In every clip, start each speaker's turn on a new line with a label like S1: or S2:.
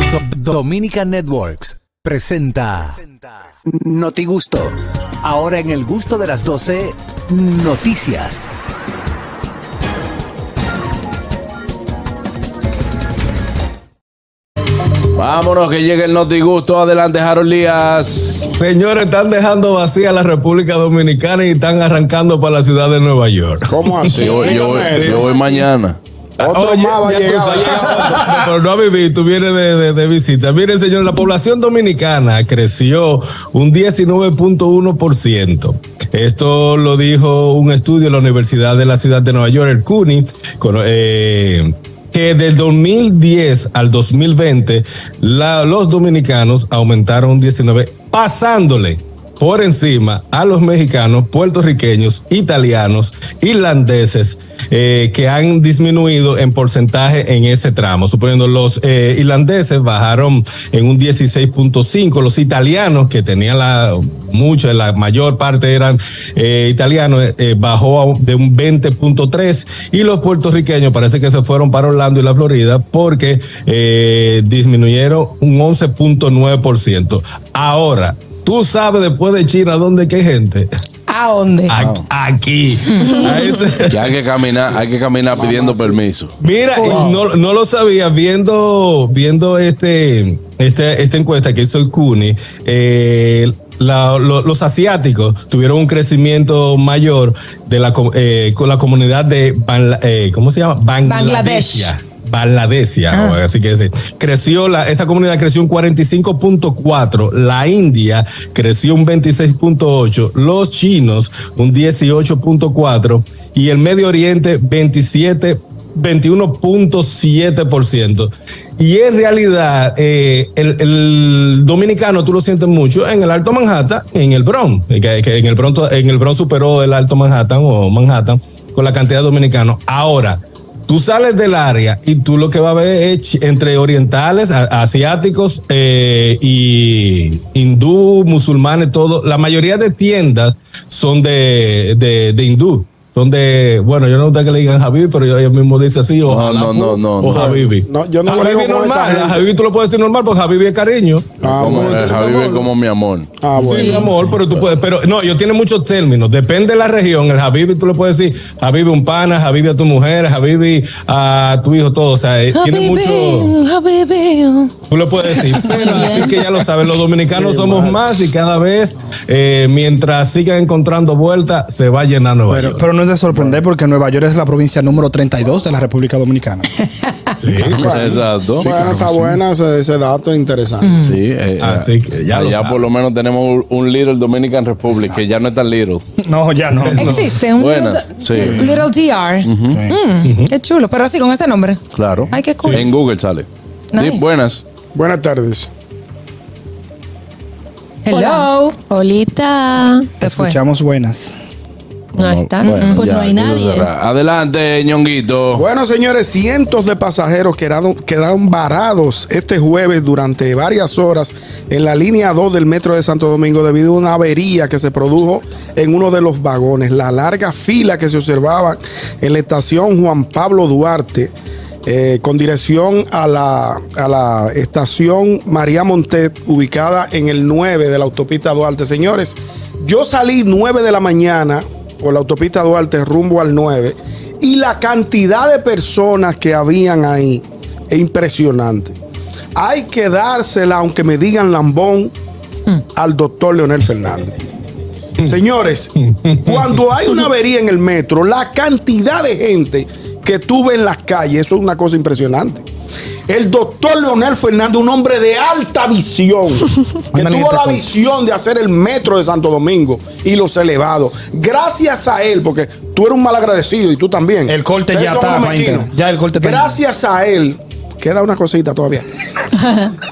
S1: Do- Dominica Networks presenta Noti Gusto. Ahora en el gusto de las 12, noticias.
S2: Vámonos que llegue el notigusto. Adelante, Harold Díaz.
S3: Señores, están dejando vacía la República Dominicana y están arrancando para la ciudad de Nueva York.
S4: ¿Cómo así?
S2: Yo, voy- yo voy-
S4: Dígame
S2: yo
S4: eso.
S2: voy mañana.
S4: Otro
S3: Oye,
S4: más va a
S3: ya tú
S4: llegar, va a
S3: sabes.
S4: llegar otro.
S3: Pero no a vivir, tú vienes de, de- de visita. Miren, señores, la población dominicana creció un 19.1%. Esto lo dijo un estudio en la Universidad de la Ciudad de Nueva York, el CUNY, con, eh, que del 2010 al 2020 la- los dominicanos aumentaron un 19, pasándole por encima a los mexicanos, puertorriqueños, italianos, irlandeses, eh, que han disminuido en porcentaje en ese tramo. Suponiendo los eh, irlandeses bajaron en un 16.5, los italianos, que tenían la, mucho, la mayor parte eran eh, italianos, eh, bajó a un- de un 20.3 y los puertorriqueños parece que se fueron para Orlando y la Florida porque eh, disminuyeron un 11.9%. Ahora, Tú sabes después de China dónde que hay gente.
S5: ¿A dónde?
S3: Ac- Aquí. A ese-
S2: Que hay que caminar, hay que caminar pidiendo permiso.
S3: Mira, y no, no lo sabía viendo, viendo este, este, esta encuesta que hizo el CUNY. eh, la- lo- los asiáticos tuvieron un crecimiento mayor de la, co- eh, con la comunidad de Bangla- eh, ¿cómo se llama?
S5: Bangladesh.
S3: Bangladesh. Bangladesia,
S5: Ah.
S3: o así que sí. creció la, esa comunidad creció un 45.4, la India creció un 26.8, los chinos un 18.4 y el Medio Oriente 27 21.7%. Y en realidad, eh, el, el dominicano tú lo sientes mucho en el Alto Manhattan, en el Bronx, eh, que, que en, el Bronx en el Bronx superó el Alto Manhattan o Manhattan con la cantidad de dominicanos. Ahora, Tú sales del área y tú lo que vas a ver es chi- entre orientales, a- asiáticos eh, y hindú, musulmanes, todo. La mayoría de tiendas son de, de, de hindú. Son de, bueno, yo no gusta que le digan Javi, pero yo- ellos mismos dicen así. O
S2: No, no, no, no,
S3: O
S2: no.
S3: Habibi.
S4: No, yo no
S3: Habibi
S4: brego
S3: es
S4: con esa
S3: normal. A
S4: gente.
S3: Habibi tú lo puedes decir normal porque Habibi es cariño.
S4: Ah,
S2: Como,
S4: bueno.
S2: el Javi es como mi amor.
S4: Ah,
S3: Sí, mi
S4: bueno.
S3: amor, pero tú puedes, pero no, yo tiene muchos términos. Depende de la región. El Habibi, tú le puedes decir Habibi un pana, Habibi a tu mujer, Habibi a tu hijo, todo. O sea, eh, tiene mucho. Tú le puedes decir, pero así que ya lo sabes, los dominicanos somos más y cada vez, eh, mientras sigan encontrando vueltas, se va llenando. Nueva
S6: Pero,
S3: York.
S6: pero no es de sorprender porque Nueva York es la provincia número 32 de la República Dominicana.
S3: Sí.
S4: Bueno.
S2: Exacto.
S4: Bueno, está buena ese, ese dato interesante.
S2: Sí, eh,
S3: Así que ya lo
S2: allá
S3: sabe.
S2: por lo menos tenemos un- un Little Dominican Republic, que ya no es tan little.
S6: No, ya no.
S5: Existe un
S2: Buena,
S5: little,
S2: sí.
S5: Little DR. Mm, Qué chulo, pero así con ese nombre.
S2: Claro.
S5: Ay, qué cool.
S2: En Google sale.
S5: Nice.
S2: Di- buenas.
S4: Buenas tardes.
S5: Hello.
S7: Olita.
S5: Se fue.
S6: Escuchamos buenas.
S7: No está.
S2: Bueno,
S7: pues
S2: ya,
S7: no hay
S2: quiso
S7: nadie.
S2: cerrar. Adelante, ñonguito.
S4: Bueno, señores, cientos de pasajeros quedaron, quedaron varados este jueves durante varias horas en la línea 2 del metro de Santo Domingo debido a una avería que se produjo en uno de los vagones. La larga fila que se observaba en la estación Juan Pablo Duarte. eh, con dirección a la, a la estación María Montet, ubicada en el 9 de la autopista Duarte. Señores, yo salí 9 de la mañana por la autopista Duarte rumbo al 9 y la cantidad de personas que habían ahí es impresionante. Hay que dársela, aunque me digan lambón, al doctor Leonel Fernández.
S6: Mm.
S4: Señores, cuando hay una avería en el metro, la cantidad de gente que tuve en las calles, eso es una cosa impresionante. El doctor Leonel Fernández, un hombre de alta visión, que
S6: Ándale,
S4: tuvo
S6: te
S4: la
S6: cuento.
S4: visión de hacer el metro de Santo Domingo y los elevados. Gracias a él, porque tú eres un mal agradecido y tú también.
S6: El corte
S4: Ustedes
S6: ya
S4: son
S6: está,
S4: unos mezquinos.
S6: Maite, ya el corte está.
S4: Gracias a él, queda una cosita todavía.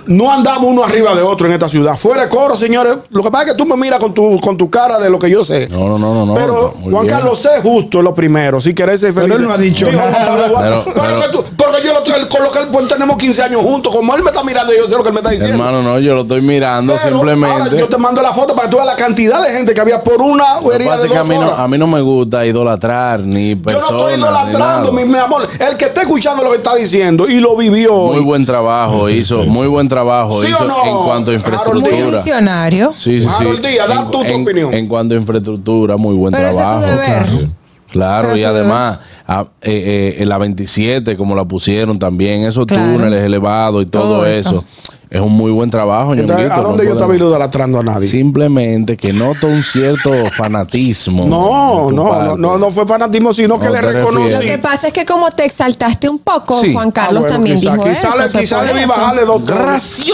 S4: No andamos uno arriba de otro en esta ciudad. Fuera de coro, señores. Lo que pasa es que tú me miras con tu, con tu cara de lo que yo sé.
S2: No, no, no, no, no.
S4: Pero
S2: Muy
S4: Juan
S2: bien.
S4: Carlos sé justo lo primero. Si querés ser
S6: Pero
S4: feliz.
S6: él no ha dicho
S4: Digo, no,
S6: nada.
S4: no,
S2: Pero-
S4: no, pero
S2: pero-
S4: que tú- porque yo lo estoy- con lo que él pues, tenemos 15 años juntos. Como él me está mirando, yo sé lo que él me está diciendo.
S2: Hermano, no, yo lo estoy mirando
S4: Pero ahora
S2: simplemente.
S4: yo te mando la foto para que tú veas la cantidad de gente que había por una
S2: Lo que
S4: herida
S2: pasa
S4: de
S2: es que a
S4: dos
S2: mí, no,
S4: horas.
S2: a mí no me gusta idolatrar ni
S4: Yo no
S2: personas.
S4: estoy
S2: ni
S4: idolatrando,
S2: nada.
S4: mi, mi amor. El que está escuchando lo que está diciendo y lo vivió
S2: Muy
S4: hoy.
S2: buen trabajo hizo, muy buen trabajo
S4: ¿Sí o
S2: hizo
S4: no,
S2: en cuanto a
S5: Muy
S2: infraestructura.
S5: visionario.
S2: Sí, sí, sí.
S4: Harold Díaz, da
S2: En-
S4: tú tu
S2: en-
S4: opinión.
S2: En cuanto a infraestructura, muy buen
S5: Pero ese es su
S2: trabajo.
S5: deber.
S2: Claro. Claro,
S5: Pero
S2: y
S5: ese es su
S2: además, a- eh, eh, en la 27, como la pusieron también, esos
S5: Claro.
S2: túneles elevados y todo,
S5: Todo eso.
S2: eso. es un muy buen trabajo.
S4: Entonces,
S2: ñonguito,
S4: ¿A
S2: no
S4: dónde yo estaba
S2: podemos-
S4: idolatrando a nadie?
S2: Simplemente que noto un cierto fanatismo. de
S4: No,
S2: tu
S4: no, no,
S2: parte.
S4: no, no fue fanatismo, sino que
S2: No
S4: le
S2: te
S4: reconocí.
S2: refieres.
S7: Lo que pasa es que como te exaltaste un poco,
S2: Sí.
S7: Juan
S4: Ah,
S7: Carlos
S4: bueno,
S7: también
S4: quizá,
S7: dijo
S4: quizá
S7: eso.
S4: le-
S7: fue
S4: quizá
S7: por
S4: le vi
S7: eso.
S4: bajarle dos tres.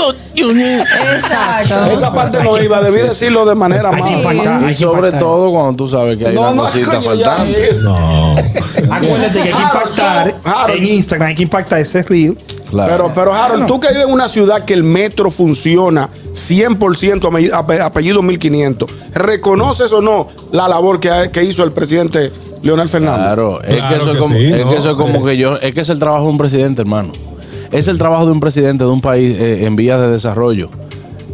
S5: Exacto.
S4: Esa parte no iba, debí decirlo de manera más.
S6: que
S4: más-
S6: impactar, hay
S2: Y
S6: que
S2: sobre
S6: impactar.
S2: todo cuando tú sabes que hay una
S4: más
S2: cosita
S4: coño, ya.
S2: faltante.
S6: Acuérdate que hay que
S4: Harold,
S6: impactar
S4: Harold.
S6: en Instagram, hay que impactar ese reel.
S2: Claro.
S4: Pero, pero Harold, tú que vives en una ciudad que el metro funciona 100% ame- ape- apellido 1500, ¿reconoces o no la labor que, ha- que hizo el presidente Leonel Fernández?
S2: Claro, es
S3: Claro
S2: que eso
S3: que
S2: es como,
S3: sí,
S2: es
S3: ¿no?
S2: que eso es como que yo, es que es el trabajo de un presidente, hermano. Es el trabajo de un presidente de un país eh, en vías de desarrollo.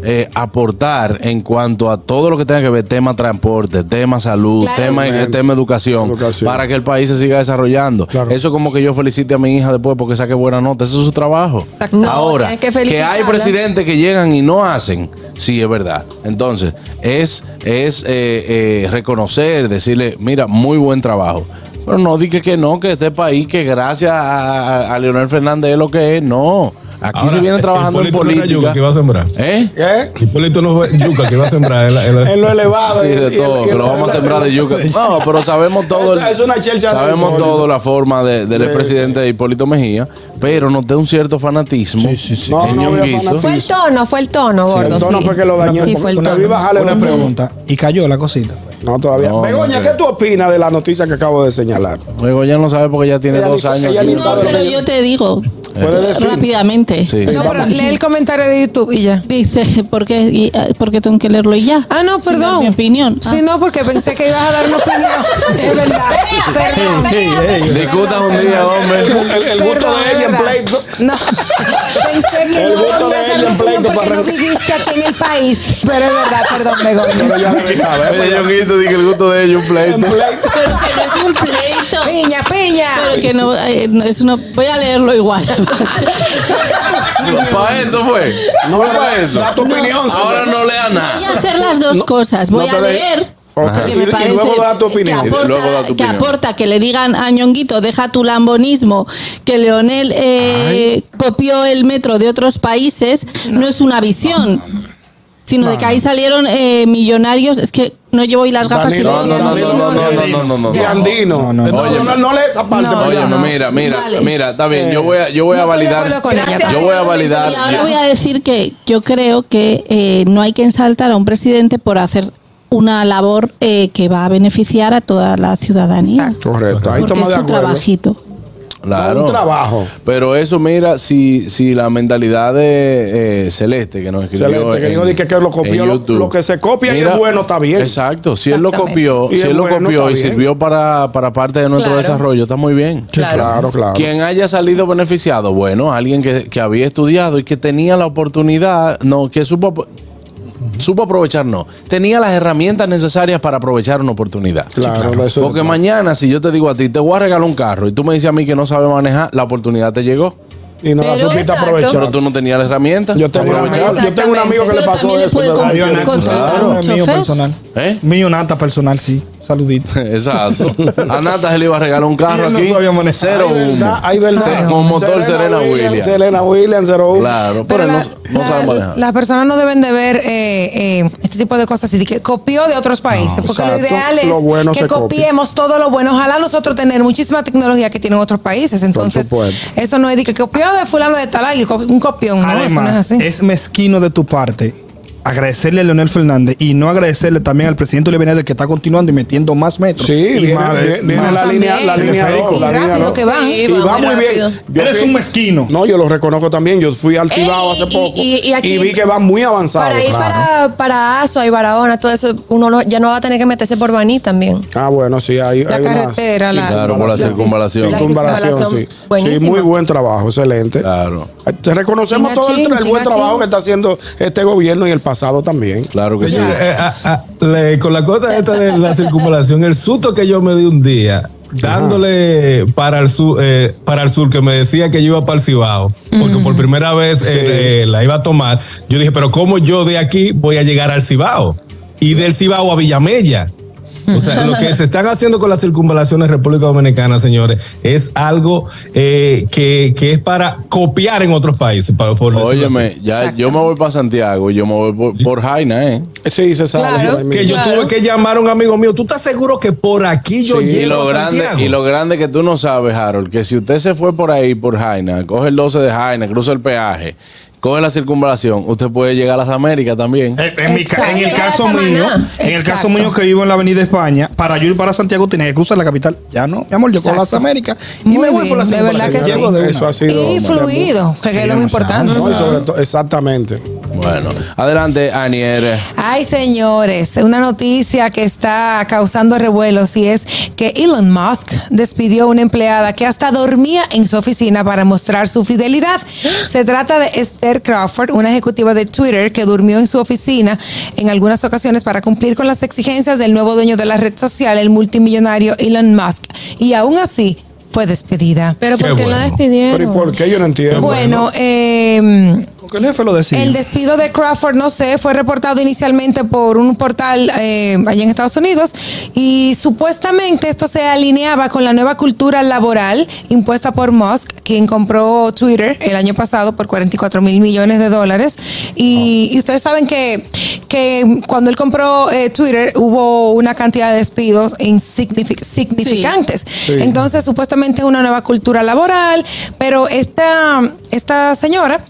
S2: Eh, aportar en cuanto a todo lo que tenga que ver tema transporte, tema salud,
S7: Claro.
S2: tema, eh, tema educación,
S4: Educación.
S2: para que el país se siga desarrollando.
S4: Claro.
S2: Eso es como que yo felicite a mi hija después porque saque buena nota. Ese es su trabajo.
S7: Exacto.
S2: Ahora,
S7: Tienes que
S2: que, hay
S7: felicitarla.
S2: presidentes que llegan y no hacen, sí, es verdad. Entonces, es, es eh, eh, reconocer, decirle, mira, muy buen trabajo. Pero no diga que no, que este país, que gracias a, a- a Leonel Fernández es lo que es. No, aquí
S3: Ahora, eh,
S2: se viene trabajando en
S3: Hipólito no era yuca
S2: política.
S3: que va a sembrar.
S2: ¿Eh?
S4: ¿Eh?
S3: Hipólito no fue yuca que va a sembrar. en la- en la-
S4: En lo elevado.
S2: Sí,
S4: y-
S2: de
S4: y-
S2: todo,
S4: y-
S2: que lo vamos a sembrar de yuca. No, pero sabemos todo.
S4: Esa es una chelcha de
S2: Sabemos
S4: Hipólito.
S2: todo la forma de- del
S4: Sí,
S2: presidente Hipólito Mejía, pero noté un cierto fanatismo. Sí, sí,
S4: No, no había fanatismo.
S7: Fue el tono, fue el tono, gordo.
S4: El tono
S7: sí.
S4: fue que lo dañó.
S7: Sí, fue el
S4: Debí
S7: tono.
S4: bajarle
S6: Una
S4: dos preguntas.
S6: pregunta. Y cayó la cosita. fue.
S4: No, todavía.
S2: No,
S4: Begoña,
S2: no
S4: ¿qué
S2: creo.
S4: tú opinas de la noticia que acabo de señalar?
S2: Luego ya no sabe porque ya tiene
S4: Ella
S2: dos
S4: ni-
S2: años.
S4: ella
S2: aquí.
S4: ni sabe.
S8: No, pero yo te digo
S4: ¿Puedes decir?
S8: rápidamente.
S2: Sí.
S5: No, pero lee el comentario de YouTube y ya.
S8: Dice, ¿por qué, y, ah, por qué tengo que leerlo y ya?
S5: Ah, no,
S8: Sin dar
S5: perdón.
S8: mi opinión.
S5: Sí,
S8: Ah.
S5: no, porque pensé que ibas a dar una opinión. es verdad. Perdón.
S2: Discutan un día, hombre.
S4: El, el- el gusto
S5: Perdón,
S4: de ella en
S5: verdad.
S4: pleito.
S5: No. Pensé que
S4: El
S5: no
S4: gusto de
S5: ibas a dar
S4: ella en
S5: una opinión
S4: pleito
S5: porque
S4: para
S5: no
S4: arrancar.
S5: viviste aquí en el país. Pero es verdad, perdón, Begoña.
S4: Pero ya debe saber.
S2: Oye, yo quito, dije el gusto de ellos, un
S4: En
S2: pleito.
S4: pleito.
S8: Pero que no es un pleito.
S5: Piña, piña.
S8: Ah, Pero que no, eh, no, es una- voy a leerlo igual.
S2: Para eso fue. No fue para eso.
S4: Da tu opinión.
S2: Ahora
S4: señor.
S2: no lea
S8: Voy
S2: nada.
S8: a hacer las dos cosas. Voy
S4: no te
S8: a
S4: de-
S8: leer.
S4: Ok.
S8: porque
S4: Y-
S8: me
S4: y
S8: parece
S4: luego da tu opinión.
S8: Que
S2: Y
S8: aporta,
S2: luego da tu
S8: que,
S2: opinión.
S8: aporta que le digan a Ñonguito, deja tu lambonismo, que Leonel eh, copió el metro de otros países, no, es una visión. Sino de que ahí salieron eh, millonarios. Es que no llevo hoy las gafas. y
S4: Danilo,
S2: No,
S8: no
S2: no,
S8: llevo
S2: no,
S8: bien.
S2: no, no, no, no, no, no, no.
S4: De Andino.
S6: No, no, no.
S4: No,
S2: Oye,
S4: no, no lee esa parte.
S8: no,
S4: porque-
S2: Oye,
S8: no.
S2: no, mira, mira,
S8: Vale.
S2: mira, está bien. Yo voy a, yo voy a
S5: estoy de
S2: validar.
S5: acuerdo con ella.
S2: Yo voy a validar.
S8: Y ahora voy a decir que yo creo que eh, no hay que ensaltar a un presidente por hacer una labor eh, que va a beneficiar a toda la ciudadanía.
S4: Correcto. Ahí
S8: Porque
S4: estamos de
S8: es un
S4: acuerdo.
S8: trabajito.
S2: Claro.
S4: Un trabajo.
S2: Pero eso, mira, si, si la mentalidad de eh, Celeste que nos escribió.
S4: Celeste, que dijo de que- que lo copió,
S2: en
S4: lo-
S2: YouTube.
S4: lo que se copia y es bueno, está bien.
S2: Exacto. Si él lo
S5: Exactamente.
S2: copió,
S4: Y
S2: si
S4: es
S2: él lo
S4: bueno,
S2: copió y
S4: está bien.
S2: sirvió para, para parte de nuestro
S5: Claro.
S2: desarrollo, está muy bien.
S4: Claro, claro.
S2: Quien haya salido beneficiado, bueno, alguien que, que había estudiado y que tenía la oportunidad, no, que supo, apro- supo aprovechar, no, tenía las herramientas necesarias para aprovechar una oportunidad.
S4: Claro, eso
S2: Porque
S4: es-
S2: mañana, si yo te digo a ti, te voy a regalar un carro y tú me dices a mí que no sabes manejar, la oportunidad te llegó.
S4: Y no la
S5: Pero
S4: supiste
S5: exacto.
S4: aprovechar.
S2: Pero tú no tenías las herramientas.
S4: Yo tengo, un amigo, Pues yo tengo un amigo que le
S8: Pero
S4: pasó
S8: también le
S4: eso.
S8: puede
S4: ¿verdad?
S8: confiar.
S6: Había una-
S8: Contratar un
S6: Ah, mío
S8: chofer.
S6: personal.
S2: ¿Eh?
S6: Mío nata personal, sí. Saludito.
S2: Exacto. A Nata se le iba a regalar un carro
S6: Y él no
S2: aquí.
S6: sabía manejar.
S2: cero
S4: Hay
S2: humo.
S4: verdad, hay verdad.
S2: Se- Con motor Serena, Williams.
S4: Serena Williams, 01.
S2: Claro, pero, él no, no
S5: la-
S2: sabe manejar.
S5: Las personas no deben de ver eh, eh, este tipo de cosas, así que copió de otros países, porque lo
S4: exacto,
S5: ideal es
S4: lo bueno se
S5: que
S4: copia.
S5: copiemos todo lo bueno. Ojalá nosotros tener muchísima tecnología que tienen otros países. Entonces,
S4: supuesto.
S5: eso no es de que copió de fulano de tal, ay, co- un copión. No, eso no es
S6: Además,
S5: así.
S6: es mezquino de tu parte agradecerle a Leonel Fernández y no agradecerle también al presidente Leonel que está continuando y metiendo más metros.
S4: Sí,
S6: y
S4: viene,
S6: más-
S4: viene- viene
S6: más-
S4: la línea, la
S6: También.
S4: línea dos, la
S5: Y
S4: línea
S5: rápido
S4: dos.
S5: que van.
S4: Y va muy bien. Yo
S6: Eres
S4: fui-
S6: un mezquino.
S4: No, yo lo reconozco también. Yo fui al Cibao
S7: Ey,
S4: hace
S7: y-
S4: poco y,
S7: y- y aquí-
S4: vi que van muy avanzados.
S7: Para ir
S4: claro.
S7: para, para Azua y Barahona, todo eso, uno no- ya no va a tener que meterse por Baní también.
S4: Ah, bueno, sí, hay,
S5: La
S4: hay unas-
S5: carretera,
S4: sí,
S5: la-
S2: Claro, por la circunvalación.
S7: La
S4: circunvalación, sí.
S7: circunvalación,
S4: Sí,
S7: buenísima.
S4: muy buen trabajo, excelente.
S2: Claro,
S4: Ay, Te reconocemos
S7: Chinga
S4: todo el,
S7: chin,
S4: tra- el buen
S7: chinga
S4: trabajo
S7: chin.
S4: que está haciendo este gobierno y el pasado también.
S2: claro que
S3: Señores,
S2: sí.
S3: eh, ah, ah, le- con la cosa esta de la circunvalación, el susto que yo me di un día dándole para el sur, eh, para el sur que me decía que yo iba para el Cibao, porque por primera vez eh, eh, la iba a tomar. Yo dije, pero cómo yo de aquí voy a llegar al Cibao y del Cibao a Villamella. O sea, lo que se están haciendo con las circunvalaciones en República Dominicana, señores, es algo eh, que, que es para copiar en otros países. Para, por decirlo así.
S2: Óyeme, ya yo me voy para Santiago, yo me voy por, por Jaina, ¿eh?
S4: Sí, se sabe.
S7: Claro.
S4: Ay, mira.
S3: que yo tuve que llamar a un amigo mío. ¿Tú estás seguro que por aquí yo
S2: Y
S3: llego
S2: lo,
S3: a
S2: grande,
S3: Santiago?
S2: y lo grande que tú no sabes, Harold, que si usted se fue por ahí, por Jaina, coge el 12 de Jaina, cruza el peaje, coge la circunvalación, usted puede llegar a las Américas también.
S6: Eh, En, mi ca- en el
S7: Exacto.
S6: caso
S7: Samaná.
S6: mío, en el
S7: Exacto.
S6: caso mío que vivo en la Avenida España, para yo ir para Santiago tenía que cruzar la capital. Ya no, mi amor, yo con
S5: Exacto.
S6: las Américas y
S5: Muy
S6: me voy
S5: bien,
S6: por las
S5: de verdad que sí.
S6: Llego de
S4: Eso
S6: una.
S4: ha sido.
S5: Y fluido, que es lo más importante.
S4: No, y sobre todo- exactamente.
S2: Bueno, adelante, Anier.
S5: Ay, señores, una noticia que está causando revuelos y es que Elon Musk despidió a una empleada que hasta dormía en su oficina para mostrar su fidelidad. Se trata de Esther Crawford, una ejecutiva de Twitter que durmió en su oficina en algunas ocasiones para cumplir con las exigencias del nuevo dueño de la red social, el multimillonario Elon Musk. Y aún así fue despedida.
S7: Pero
S3: Qué
S7: ¿por qué
S3: bueno.
S7: la
S4: Pero ¿y
S7: despidieron?
S4: por qué yo no entiendo?
S5: Bueno, eh,
S6: Porque el jefe lo decía.
S5: el despido de Crawford, no sé, fue reportado inicialmente por un portal eh, allá en Estados Unidos y supuestamente esto se alineaba con la nueva cultura laboral impuesta por Musk, quien compró Twitter el año pasado por 44 mil millones de dólares. Y, y ustedes saben que, que cuando él compró eh, Twitter hubo una cantidad de despidos insignific- significantes. Entonces, supuestamente una nueva cultura laboral, pero esta, esta señora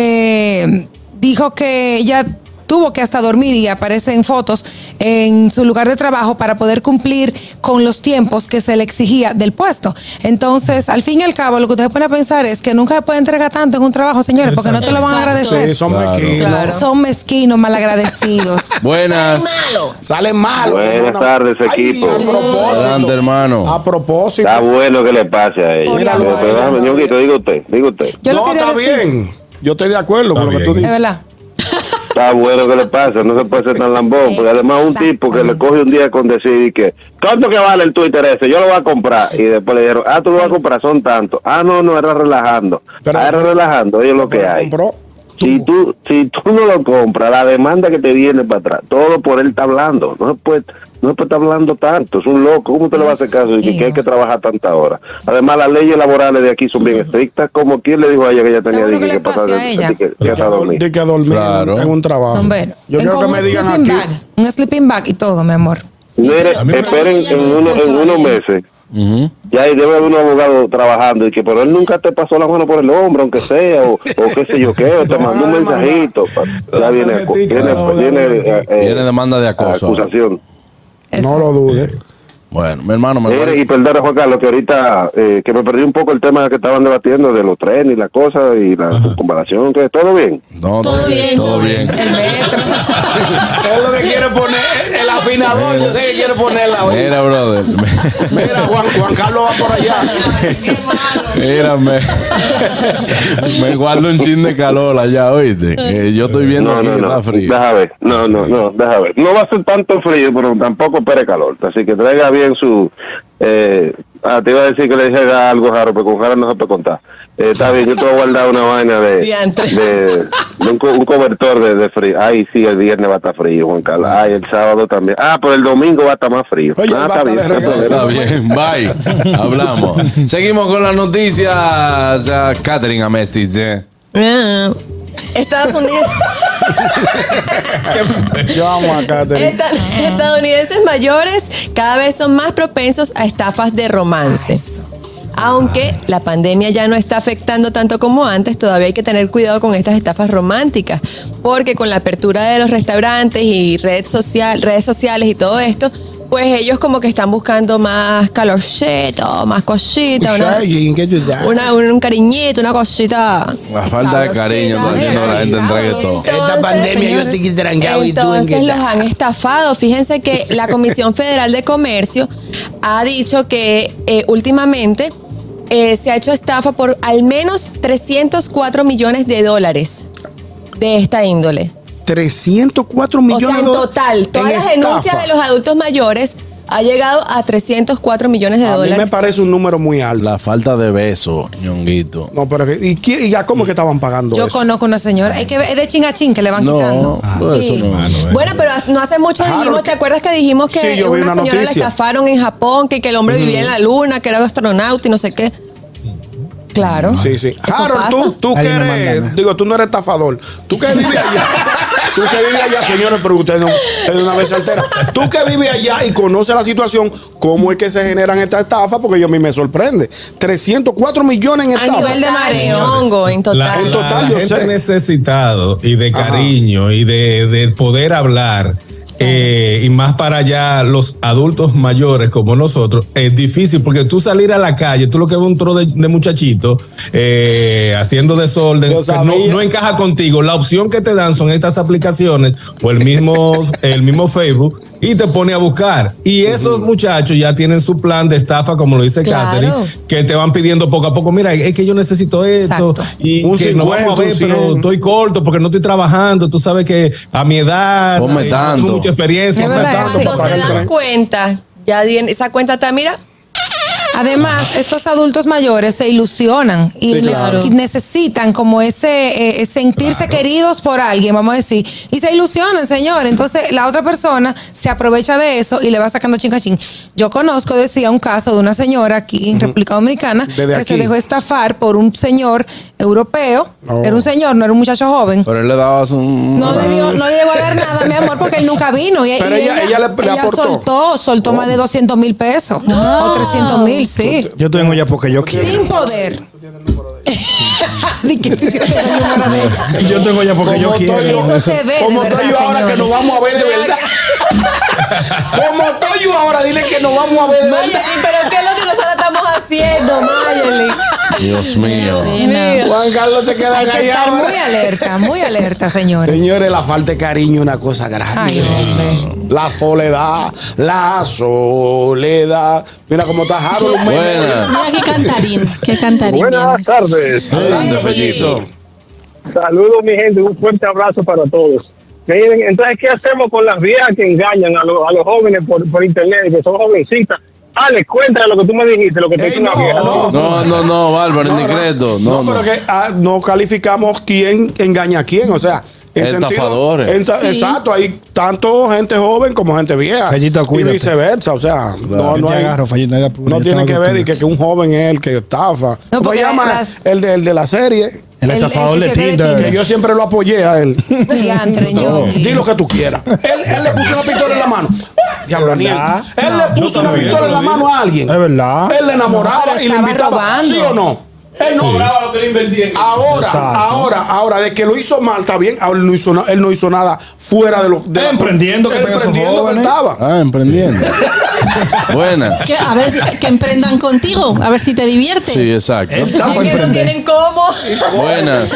S5: eh, dijo que ella tuvo que hasta dormir y aparece en fotos en su lugar de trabajo para poder cumplir con los tiempos que se le exigía del puesto. Entonces, al fin y al cabo, lo que usted pone a pensar es que nunca se puede entregar tanto en un trabajo, señores, porque no te lo van a
S7: Exacto.
S5: agradecer.
S4: Sí, son mezquinos.
S5: Son mezquinos, malagradecidos.
S2: Buenas.
S4: Salen mal.
S9: Buenas tardes,
S4: Ay,
S9: equipo.
S4: a propósito.
S2: Adelante, hermano.
S4: A propósito.
S9: Está bueno que le pase a ella.
S4: Hola,
S9: Pero,
S4: Lola.
S9: pero déjame, ñonguito, diga usted, diga usted.
S5: Yo lo
S4: no,
S5: quería
S4: está
S5: decir.
S4: bien. Yo estoy de acuerdo con lo que
S3: Está
S4: tú
S5: De
S4: dices.
S5: verdad.
S9: Está bueno que le pase, no se puede ser tan lambón. Porque además un tipo que le coge un día con decir que, ¿cuánto que vale el Twitter ese? Yo lo voy a comprar. Y después le dijeron, ah, tú lo vas a comprar, son tantos. Ah, no, no, era relajando.
S4: Pero-
S9: Ah, era relajando, oye lo que
S4: Pero
S9: hay.
S4: compró.
S9: Si tú, si tú no lo compras, la demanda que te viene para atrás, todo por él está hablando. No se puede, no se puede estar hablando tanto, es un loco. ¿Cómo te le va a hacer
S5: Dios
S9: caso? Y que,
S5: mío.
S9: hay que trabajar tantas horas. Además, las leyes laborales de aquí son bien estrictas. Como quien le dijo a ella que ella tenía
S5: bueno que
S9: dije,
S5: le
S9: que
S5: pase
S9: pasar
S5: a ella.
S9: de- de- de-
S4: De
S9: hasta
S4: que, dor-
S9: dormir.
S4: de que dormir
S2: Claro.
S4: en un trabajo.
S5: Don Vero.
S4: Yo
S5: En-
S4: quiero
S5: con
S4: que me
S5: un
S4: digan
S5: sleeping
S4: aquí.
S5: bag. Un sleeping bag y todo, mi amor.
S9: Mire,
S3: A mí me-
S9: esperen en, uno- en unos meses.
S2: Ujú.
S9: Ya ahí debe haber un abogado trabajando y que, pero él nunca te pasó la mano por el hombro, aunque sea, o, o qué sé yo qué, o te
S4: No,
S9: mandó un
S4: no, no, no.
S9: mensajito. pa- Ya viene, acu-
S3: Ahora,
S9: viene,
S3: ahora,
S9: viene,
S3: ahora.
S9: eh, eh,
S2: Viene demanda de acoso.
S9: acusación.
S4: No
S5: Eso.
S4: lo dudes.
S2: Bueno, mi hermano, me
S9: Mire,
S2: voy.
S9: y perdón, Juan Carlos, que ahorita eh, que me perdí un poco el tema que estaban debatiendo de los trenes y la cosa y la comparación, que todo bien.
S2: No, todo bien, todo bien.
S5: El metro.
S4: Es lo que quiere poner el afinador. Yo sé que quiere ponerla hoy.
S2: Mira, brother.
S4: Mira, Juan, Juan Carlos va por allá.
S2: Mírame. me guardo un chin de calor allá, oíste. Que yo estoy viendo
S9: No,
S2: aquí
S9: no,
S2: que
S9: no.
S2: está frío.
S9: Deja ver. No, no, no, deja ver. No va a ser tanto frío, pero tampoco pere calor.
S7: Pues
S9: Así que traiga bien su. Eh, ah, te iba a decir que le dijera algo, Jaro, pero con Jaro no se puede contar. Eh, está bien, yo te voy a guardar una vaina de.
S7: Diantre.
S9: de, de un, co- un cobertor de, de frío. Ay, sí, el viernes va a estar frío, Juan Carlos. Ay, el sábado también. Ah, pero el domingo va a estar más frío.
S4: Oye,
S9: Ah,
S4: él va a estar de
S9: está bien.
S4: regreso.
S2: Está bien, bye. Hablamos. Seguimos con las noticias. ah, Catherine Amestis. eh.
S7: Ah, Estados Unidos.
S4: Yo amo a Catherine.
S7: Esta-
S4: Pues
S7: estadounidenses mayores cada vez son más propensos a estafas de romance. Aunque la pandemia ya no está afectando tanto como antes, todavía hay que tener cuidado con estas estafas románticas, porque con la apertura de los restaurantes y red social, redes sociales y todo esto, pues ellos como que están buscando más calorcito, más cosita, una, una- un cariñito, una cosita.
S2: La falta de
S7: sabrosita.
S2: cariño está haciendo la gente en reggaetón.
S7: Esta pandemia yo estoy tranqueado y Entonces los han estafado. Fíjense que la Comisión Federal de Comercio ha dicho que eh, últimamente eh, se ha hecho estafa por al menos 304 millones de dólares de esta índole.
S4: 304
S7: O
S4: millones
S7: sea, en
S4: de dólares
S7: total,
S4: en
S7: todas las denuncias
S4: estafa.
S7: de los adultos mayores ha llegado a 304 millones de
S4: A mí
S7: dólares.
S4: me parece un número muy alto.
S2: La falta de beso, ñonguito.
S4: No, pero ¿y, qué- y ya cómo es que estaban pagando
S5: Yo
S4: eso?
S5: conozco una señora, es que es de chin a chin que le van
S2: No,
S5: quitando.
S2: pero eso
S7: Sí.
S2: no.
S5: eh.
S7: Bueno, pero hace- no hace mucho
S4: Harold,
S7: dijimos, ¿te acuerdas que dijimos que
S4: Sí, yo vi
S7: una,
S4: una
S7: señora la
S4: noticia.
S7: estafaron en Japón, que, que el hombre vivía en la luna, que era astronauta y no sé qué? Claro.
S4: Sí, sí.
S7: Eso
S4: Harold, tú,
S7: pasa.
S4: tú que
S6: Ahí me
S4: eres,
S6: mandan.
S4: digo, tú no eres estafador. Tú que vives allá. Tú que vives allá, señores, pero usted no usted es una vez soltera. Tú que vives allá y conoces la situación, ¿cómo es que se generan estas estafas? Porque yo a mí me sorprende. 304 millones en
S7: A
S4: estafa.
S7: nivel de mareo, hongo, en
S3: La,
S7: total.
S4: En
S3: la-
S4: total,
S3: la
S4: yo
S3: gente
S4: sé.
S3: necesitado y de
S4: Ajá.
S3: cariño y de, de poder hablar. eh, y más para allá, los adultos mayores como nosotros, es difícil porque tú salir a la calle, tú lo que ves un tro de, de muchachito eh, haciendo desorden,
S4: Yo
S3: que no,
S4: sabía.
S3: no encaja contigo. La opción que te dan son estas aplicaciones o el mismo, el mismo Facebook y te pone a buscar. Y esos muchachos ya tienen su plan de estafa, como lo dice
S7: Claro.
S3: Katherine, que te van pidiendo poco a poco, mira, es que yo necesito esto
S7: Exacto.
S3: y
S4: Un
S3: que
S4: 50,
S3: no vamos a ver,
S4: un 100.
S3: pero estoy corto porque no estoy trabajando, tú sabes que a mi edad
S2: Ponme
S3: eh, no
S2: tanto.
S3: tengo mucha experiencia,
S5: Es
S3: ponme
S5: verdad,
S3: tanto
S5: sí.
S3: para
S7: Cuando
S4: papá,
S7: Ah, se
S3: pagar el
S4: Harold.
S7: dan cuenta, ya viene- esa cuenta está, mira,
S5: Además, estos adultos mayores se ilusionan y
S4: Sí,
S5: les-
S4: claro.
S5: y necesitan como ese eh, sentirse queridos por alguien, vamos a decir, y se ilusionan, señor. Entonces, la otra persona se aprovecha de eso y le va sacando chinga chin. Yo conozco, decía, un caso de una señora aquí en República Dominicana
S4: Desde
S5: que se
S4: aquí.
S5: dejó estafar por un señor europeo.
S4: Oh.
S5: Era un señor, no era un muchacho joven.
S2: Pero él le daba un.
S5: No le dio, no le llegó a dar nada, mi amor, porque él nunca vino. Y,
S4: Pero
S5: y
S4: ella- ella le- le aportó. Oh.
S5: soltó, soltó más de 200 mil pesos. O 300 mil, sí.
S6: Yo tengo ya porque yo quiero.
S5: Sin poder. Di que sí, tiene el número de ella.
S6: Yo tengo ya porque yo
S4: Como
S6: quiero.
S4: estoy yo-
S5: Eso se ve,
S4: Como
S5: de
S4: estoy
S5: verdad,
S4: yo ahora que
S5: señores.
S4: nos vamos a ver de verdad. Como estoy yo ahora, dile que nos vamos a ver de verdad.
S7: Mayeli, pero ¿qué es lo que nosotros estamos haciendo, Mayeli?
S2: Dios mío.
S7: Sí, no.
S4: Juan Carlos se queda
S5: Hay que
S4: callado
S5: estar
S4: ahora.
S5: muy alerta, muy alerta, señores.
S4: Señores, la falta de cariño es una cosa grande.
S5: Ay, hombre.
S4: La soledad, la soledad. Mira cómo está Harold. un meme.
S2: Buena.
S8: Mira qué cantarín, qué cantarín.
S10: Buenas
S8: Dios.
S10: tardes.
S2: Adelante, Fellito.
S10: Saludos, mi gente. Un fuerte abrazo para todos. Miren, entonces, ¿qué hacemos con las viejas que engañan a, los- a los jóvenes por, por internet, que son jovencitas? Alex, cuéntale lo que tú me dijiste, lo que te
S4: Ey,
S10: hizo una
S4: no,
S10: vieja.
S4: no.
S2: No, no, no, Bárbaro, indiscreto. No, no.
S4: pero que ah, no calificamos quién engaña a quién. O sea, en sentido-
S2: Estafadores.
S4: en ta-
S8: Sí.
S4: Exacto, hay tanto gente joven como gente vieja.
S6: Fellito,
S4: y
S6: cuídate.
S4: viceversa. O sea, no,
S6: Yo
S4: no
S6: te
S4: hay-
S6: agarro, Fallito, no hagas pura,
S4: no
S6: yo te
S4: tiene que
S6: hago
S4: ver y
S6: tuya.
S4: que, que un joven es el que estafa.
S5: No,
S4: ¿Cómo
S5: porque
S4: llama?
S5: las-
S4: El, de, el de la serie.
S6: El
S5: El- el
S6: estafador
S5: que
S6: de
S5: se quede
S4: Que
S6: Tinder.
S4: yo siempre lo apoyé a él.
S5: Diantre, Ñongui.
S4: Di lo que tú quieras. Él, él le puso una pistola en la mano. Diablo, Aniel.
S6: verdad?
S4: Él le puso una
S3: también,
S4: pistola en la mano a alguien.
S6: Es verdad.
S4: Él le enamoraba
S5: No, pero
S4: y le
S5: estaba
S4: invitaba.
S5: robando.
S4: ¿Sí o no? Él no cobraba lo que le invertía. Ahora,
S6: Exacto.
S4: ahora, ahora, de que lo hizo mal, está bien. Ahora, él, no hizo na- él no hizo nada fuera de lo. De la-
S6: Emprendiendo que tengan esos
S4: emprendiendo que
S6: jóvenes.
S4: estaba.
S2: Ah, emprendiendo. Buena.
S8: Que, a ver si, que emprendan contigo, a ver si te diviertes.
S2: Sí, exacto.
S6: Él está
S7: Es
S6: para
S7: que no
S6: emprender.
S7: tienen cómo.
S2: Buenas.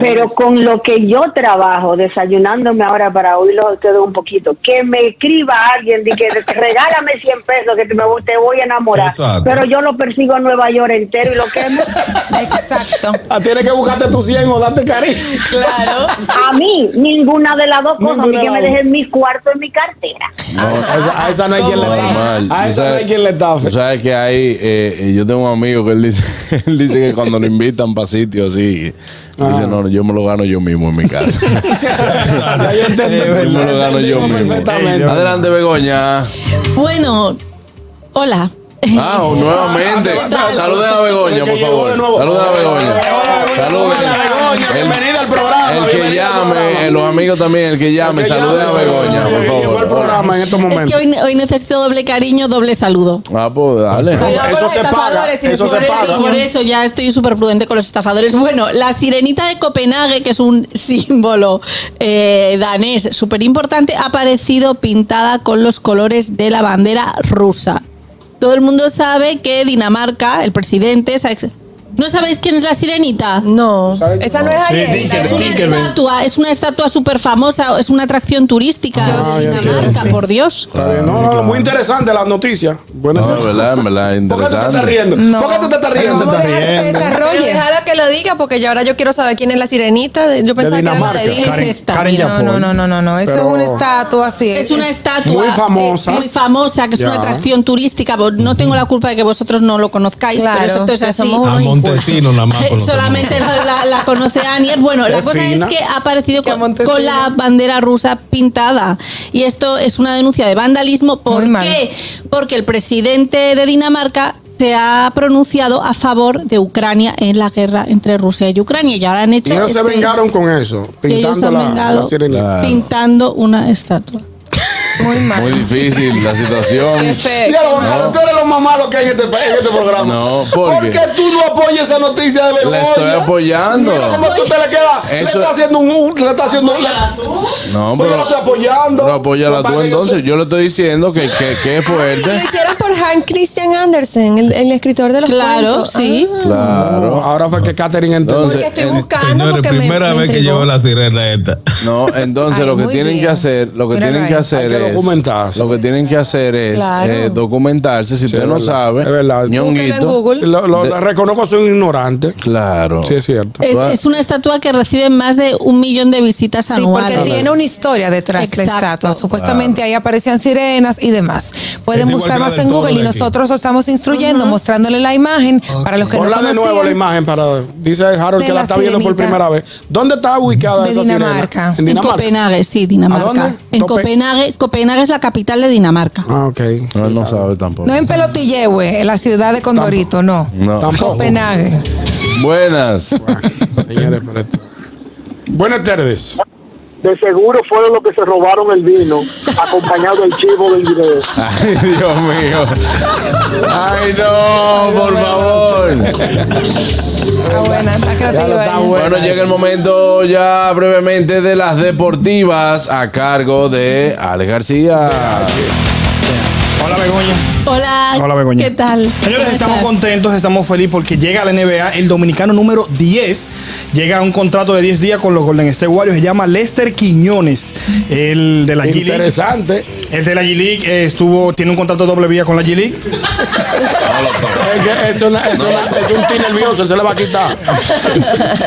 S11: Pero con lo que yo trabajo, desayunándome ahora para oírlos a ustedes un poquito, que me escriba alguien de que regálame 100 pesos que te, me, te voy a enamorar.
S3: Exacto.
S11: Pero yo lo persigo a Nueva York entero y lo quemo.
S5: Exacto.
S4: Ah, tienes que buscarte tu 100 o darte cariño.
S7: Claro.
S11: A mí, ninguna de las dos cosas, ni
S4: Ninguna
S11: que
S4: de
S11: me
S4: las dos.
S11: dejen mi cuarto en mi cartera.
S4: A esa, a esa no hay quien le
S2: Normal.
S4: estafa. A esa
S2: Tú
S4: no
S2: sabes-
S4: hay quien le estafa.
S2: Tú sabes que hay, eh, eh, yo tengo un amigo que él dice, él dice que cuando lo invitan para sitios así, dice,
S4: Ah.
S2: no, yo me lo gano yo mismo en mi casa.
S4: Ya yo entendí.
S2: Yo me lo gano yo
S4: Entendimos
S2: mismo.
S4: perfectamente.
S2: Adelante, Begoña.
S8: Bueno, hola.
S2: Ah, nuevamente. Saluden a Begoña,
S4: El que
S2: por
S4: llegó
S2: favor.
S4: de nuevo.
S2: Saluden a Begoña.
S4: Hola, Begoña.
S2: Saluden.
S4: Hola, Begoña.
S2: El-
S4: Bienvenida al programa.
S2: El que
S4: Bienvenida
S2: llame, eh, los amigos también, el que llame, salude a Begoña, por favor.
S4: en estos
S8: Es que hoy, hoy necesito doble cariño, doble saludo.
S2: Ah, pues dale.
S4: Eso se paga.
S8: estafadores y
S4: Eso se
S8: por eso-
S4: paga.
S8: Por eso ya estoy súper prudente con los estafadores. Bueno, la sirenita de Copenhague, que es un símbolo eh, danés súper importante, ha aparecido pintada con los colores de la bandera rusa. Todo el mundo sabe que Dinamarca, el presidente, se ha ex- ¿no sabéis quién es la sirenita? No.
S7: Esa no es
S8: Sí,
S7: Ariel. la-
S8: Es una
S7: Tinkerbell.
S8: estatua, es una estatua súper famosa, es una atracción turística
S4: Ah,
S8: de
S4: ya
S8: Dinamarca,
S4: entiendo.
S8: por Dios.
S4: Está bien, No, no, no, muy interesante la noticia. Buenas
S2: No, es
S4: noches.
S2: verdad, es verdad,
S4: ¿Por qué tú te
S2: interesante.
S4: estás riendo? ¿Por qué tú te estás riendo?
S7: Vamos a dejar que se desarrolle.
S5: Pero
S7: Déjalo que lo diga, porque yo ahora yo quiero saber quién es la sirenita. Yo pensaba que era la de Disney.
S5: no,
S6: pues.
S5: no, no, no, no, no. Eso
S7: Pero-
S5: es una estatua así.
S8: Es una estatua
S5: Muy famosa.
S8: eh, muy famosa, que es
S5: Ya.
S8: una atracción turística. Vos- No tengo la culpa de que vosotros no lo conozcáis,
S7: Claro,
S8: pero esto es
S7: que
S8: así.
S7: somos
S3: A Montesino nada más. conocemos.
S8: Solamente la, la- la conoce Anier. Bueno, la
S3: Es
S8: cosa
S3: fina.
S8: es que ha aparecido con,
S5: Montesino.
S8: con la bandera rusa pintada. Y esto es una denuncia de vandalismo. ¿Por
S5: Muy mal.
S8: qué? Porque el presidente de Dinamarca se ha pronunciado a favor de Ucrania en la guerra entre Rusia y Ucrania. Y ahora han
S4: Y
S8: hecho.
S4: ellos se
S8: este-
S4: vengaron con eso,
S8: y ellos
S4: pintando
S8: han
S4: la,
S8: vengado
S4: la
S2: Ah.
S4: sirenita.
S8: Pintando una estatua.
S5: Muy mal.
S2: Muy difícil la situación.
S4: Mira, Gonzalo, tú eres lo más malo que hay en este, en este programa.
S2: No, ¿por
S4: ¿Por
S2: qué?
S4: qué tú no apoyas esa noticia de Begoña?
S2: La estoy apoyando.
S4: Mira cómo tú te le quedas. Le
S2: Eso-
S4: está haciendo un... un- Le está haciendo... un-
S2: No,
S4: Pues yo
S2: pero.
S4: la estoy apoyando.
S2: Pero apóyala tú
S4: Papá, que yo
S2: entonces. Yo le estoy diciendo que, que, que es
S7: Lo
S2: fuerte.
S7: hicieron por Hans Christian Andersen, el, el escritor de los
S8: Claro,
S7: cuentos.
S8: sí.
S5: ah.
S2: Claro.
S4: Ahora fue que Catherine entró.
S2: Entonces,
S7: Porque estoy
S2: el-
S7: buscando
S3: Señores,
S7: porque me-
S3: primera
S7: me
S3: vez que
S7: intrigó.
S3: llevo la sirena esta.
S2: No, entonces
S7: Ay,
S2: lo que
S7: muy
S2: tienen
S7: bien.
S2: que hacer, lo que
S7: Mira,
S2: tienen que
S7: Ryan.
S2: hacer
S4: Hay que
S2: es
S4: documentarse.
S2: lo que tienen que hacer es
S7: Claro.
S2: eh, documentarse. Si usted
S4: es
S2: no
S4: verdad,
S2: sabe,
S4: es verdad.
S7: Búsquelo en
S2: ñonguito.
S7: Google.
S4: Lo, lo-
S2: De-
S4: reconozco, soy un ignorante.
S2: Claro.
S4: Sí, es cierto.
S8: Es, es una estatua que recibe más de un millón de visitas
S5: Sí,
S8: anuales.
S5: porque tiene una historia detrás la
S8: Exacto.
S5: estatua. Supuestamente ahí aparecían sirenas y demás.
S3: Es
S5: Pueden
S3: igual
S5: buscar
S3: que la
S5: más
S3: del
S5: en
S3: toro
S5: Google
S3: de
S5: y
S3: aquí.
S5: nosotros os estamos instruyendo, mostrándole la imagen para los que
S4: Ponla
S5: no
S4: de nuevo la
S5: conocían.
S4: imagen para. Dice Harold
S5: De
S4: que la
S5: la
S4: está viendo por
S5: sirenita.
S4: primera vez. ¿Dónde está ubicada
S5: De
S4: esa
S5: Dinamarca.
S4: sirena? En
S8: En
S4: Dinamarca.
S8: Copenhague, sí,
S4: ¿A dónde?
S8: Dinamarca. En
S4: Cope-
S8: Copenhague, Copenhague es la capital de Dinamarca.
S4: Ah, ok.
S2: No, él no sabe tampoco.
S5: No en Pelotillehue, en la ciudad de Condorito, no.
S2: No.
S4: Tampoco.
S5: Copenhague.
S2: Buenas.
S4: Señores, pero esto- Buenas tardes.
S10: De seguro fueron los que se robaron el vino, acompañado del chivo del video.
S2: Ay, Dios mío. Ay, no, por favor.
S5: Está buena, está creativa. ella.
S2: Bueno, llega el momento ya brevemente de las deportivas a cargo de Alex García.
S6: Hola, Begoña.
S8: Hola,
S6: Hola, Begoña.
S8: ¿qué tal?
S6: Señores,
S8: ¿Cómo
S6: estamos
S8: estás?
S6: contentos, estamos felices porque llega a la NBA el dominicano número 10. Llega a un contrato de 10 días con los Golden State Warriors. Se llama Lester Quiñones, el de la G League.
S4: Interesante.
S6: El de la G League eh, estuvo, tiene un contrato doble vía con la G League.
S4: Es, que es, una- es una- es un tío nervioso, él se le va a quitar.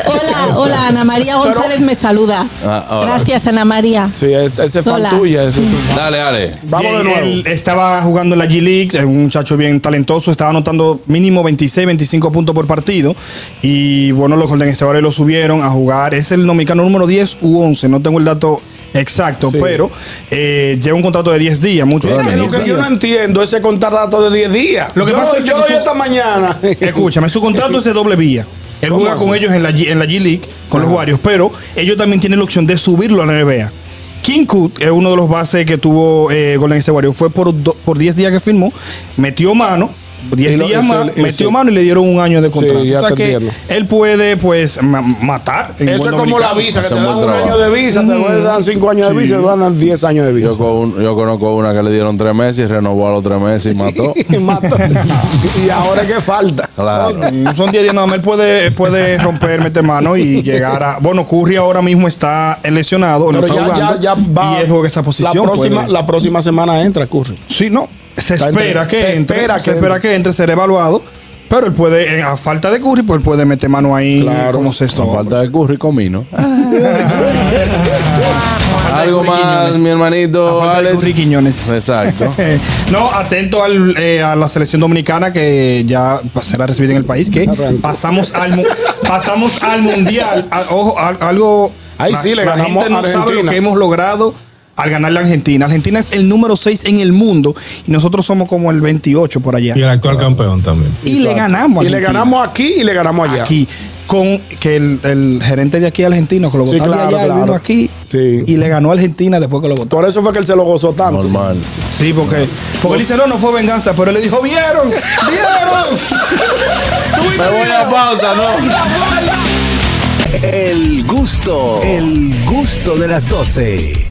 S8: Hola, hola, Ana María González me saluda.
S2: Ah, ahora.
S8: Gracias, Ana María.
S4: Sí, es- ese es fan
S8: Hola.
S4: tuya. ese es tu-
S2: Dale, Ale.
S4: Vamos
S6: Y
S4: de
S6: él,
S4: nuevo.
S6: él estaba jugando en la G League, es un muchacho bien talentoso, estaba anotando mínimo 26, 25 puntos por partido. Y bueno, los Golden State Warriors lo subieron a jugar. Es el dominicano número 10 u 11, no tengo el dato exacto,
S4: Sí.
S6: pero eh, lleva un contrato de 10 días. Mucho
S4: Que Lo que yo no
S6: días.
S4: entiendo es ese contrato de 10 días.
S6: Lo que
S4: yo
S6: pasa es que
S4: yo
S6: no
S4: oí
S6: son-
S4: esta mañana.
S6: Escúchame, su contrato es de doble vía. Él
S4: ¿Cómo
S6: juega
S4: así?
S6: con ellos en la, G- en la G League, con los Warriors, pero ellos también tienen la opción de subirlo a la NBA. King Kut es uno de los bases que tuvo eh, Golden State Warriors. Fue por, do- por 10 días que firmó, metió mano,
S4: Y
S6: 10
S4: lo-
S6: días
S4: y se-
S6: más,
S4: y
S6: metió
S4: se-
S6: mano y le dieron un año de contrato.
S4: ya
S6: O sea
S4: te
S6: que
S4: entiendo.
S6: él puede, pues, ma- matar. en
S4: Eso
S6: buen
S4: es como la
S6: dominicano.
S4: visa, que
S2: Hace
S4: te
S2: un
S4: dan
S2: buen
S4: un año
S2: trabajo.
S4: de visa, te dan 5 años de visa, te dan 10 años de visa.
S2: Yo, con un- yo conozco una que le dieron tres meses y renovó a los tres meses y mató.
S4: y mató. y ahora que falta.
S2: Claro.
S6: Mm, Son 10 días nada más. Él puede, él puede romper, meter mano y llegar a. Bueno, Curry ahora mismo está lesionado, no
S4: Pero
S6: está
S4: ya,
S6: jugando.
S4: ya, ya va.
S6: Y él juega esa posición. pues.
S4: La próxima,
S6: puede.
S4: la próxima semana entra, Curry.
S6: sí, no. Se
S4: Está entre-
S6: espera que
S4: se
S6: entre.
S4: espera
S6: se
S4: que
S6: espera
S4: entre.
S6: que entre, ser evaluado. Pero él puede, eh, a falta de Curry, pues él puede meter mano ahí
S4: Claro.
S6: como sexto.
S2: Con falta de curry comino. Algo más,
S6: Curry Quiñones.
S2: mi
S6: A
S2: hermanito
S6: falta de
S2: Alex.
S6: Curry Quiñones.
S2: Exacto.
S6: Eh, no, atento al, eh, a la selección dominicana que ya será recibida en el país, que pasamos al, mu- pasamos al mundial. A- ojo, a- algo...
S4: Ahí sí le
S6: la
S4: ganamos
S6: gente no
S4: a
S6: sabe lo
S4: Argentina.
S6: que hemos logrado al ganarle a Argentina. Argentina es el número 6 en el mundo y nosotros somos como el 28 por allá.
S3: Y el actual campeón también.
S6: Y le ganamos.
S4: Y le ganamos aquí y le ganamos allá.
S6: Aquí. Con que el, el gerente de aquí argentino, que lo
S4: Sí,
S6: votó
S4: claro,
S6: allá, él
S4: claro.
S6: vino aquí
S4: Sí.
S6: y le ganó a Argentina después que lo votó.
S4: Por eso fue que él se lo gozó tanto.
S2: Normal.
S6: Sí, porque, porque él dice, no, no fue venganza, pero él le dijo, vieron, vieron.
S2: Me voy a pausa, ¿no?
S1: El gusto, el gusto de las 12.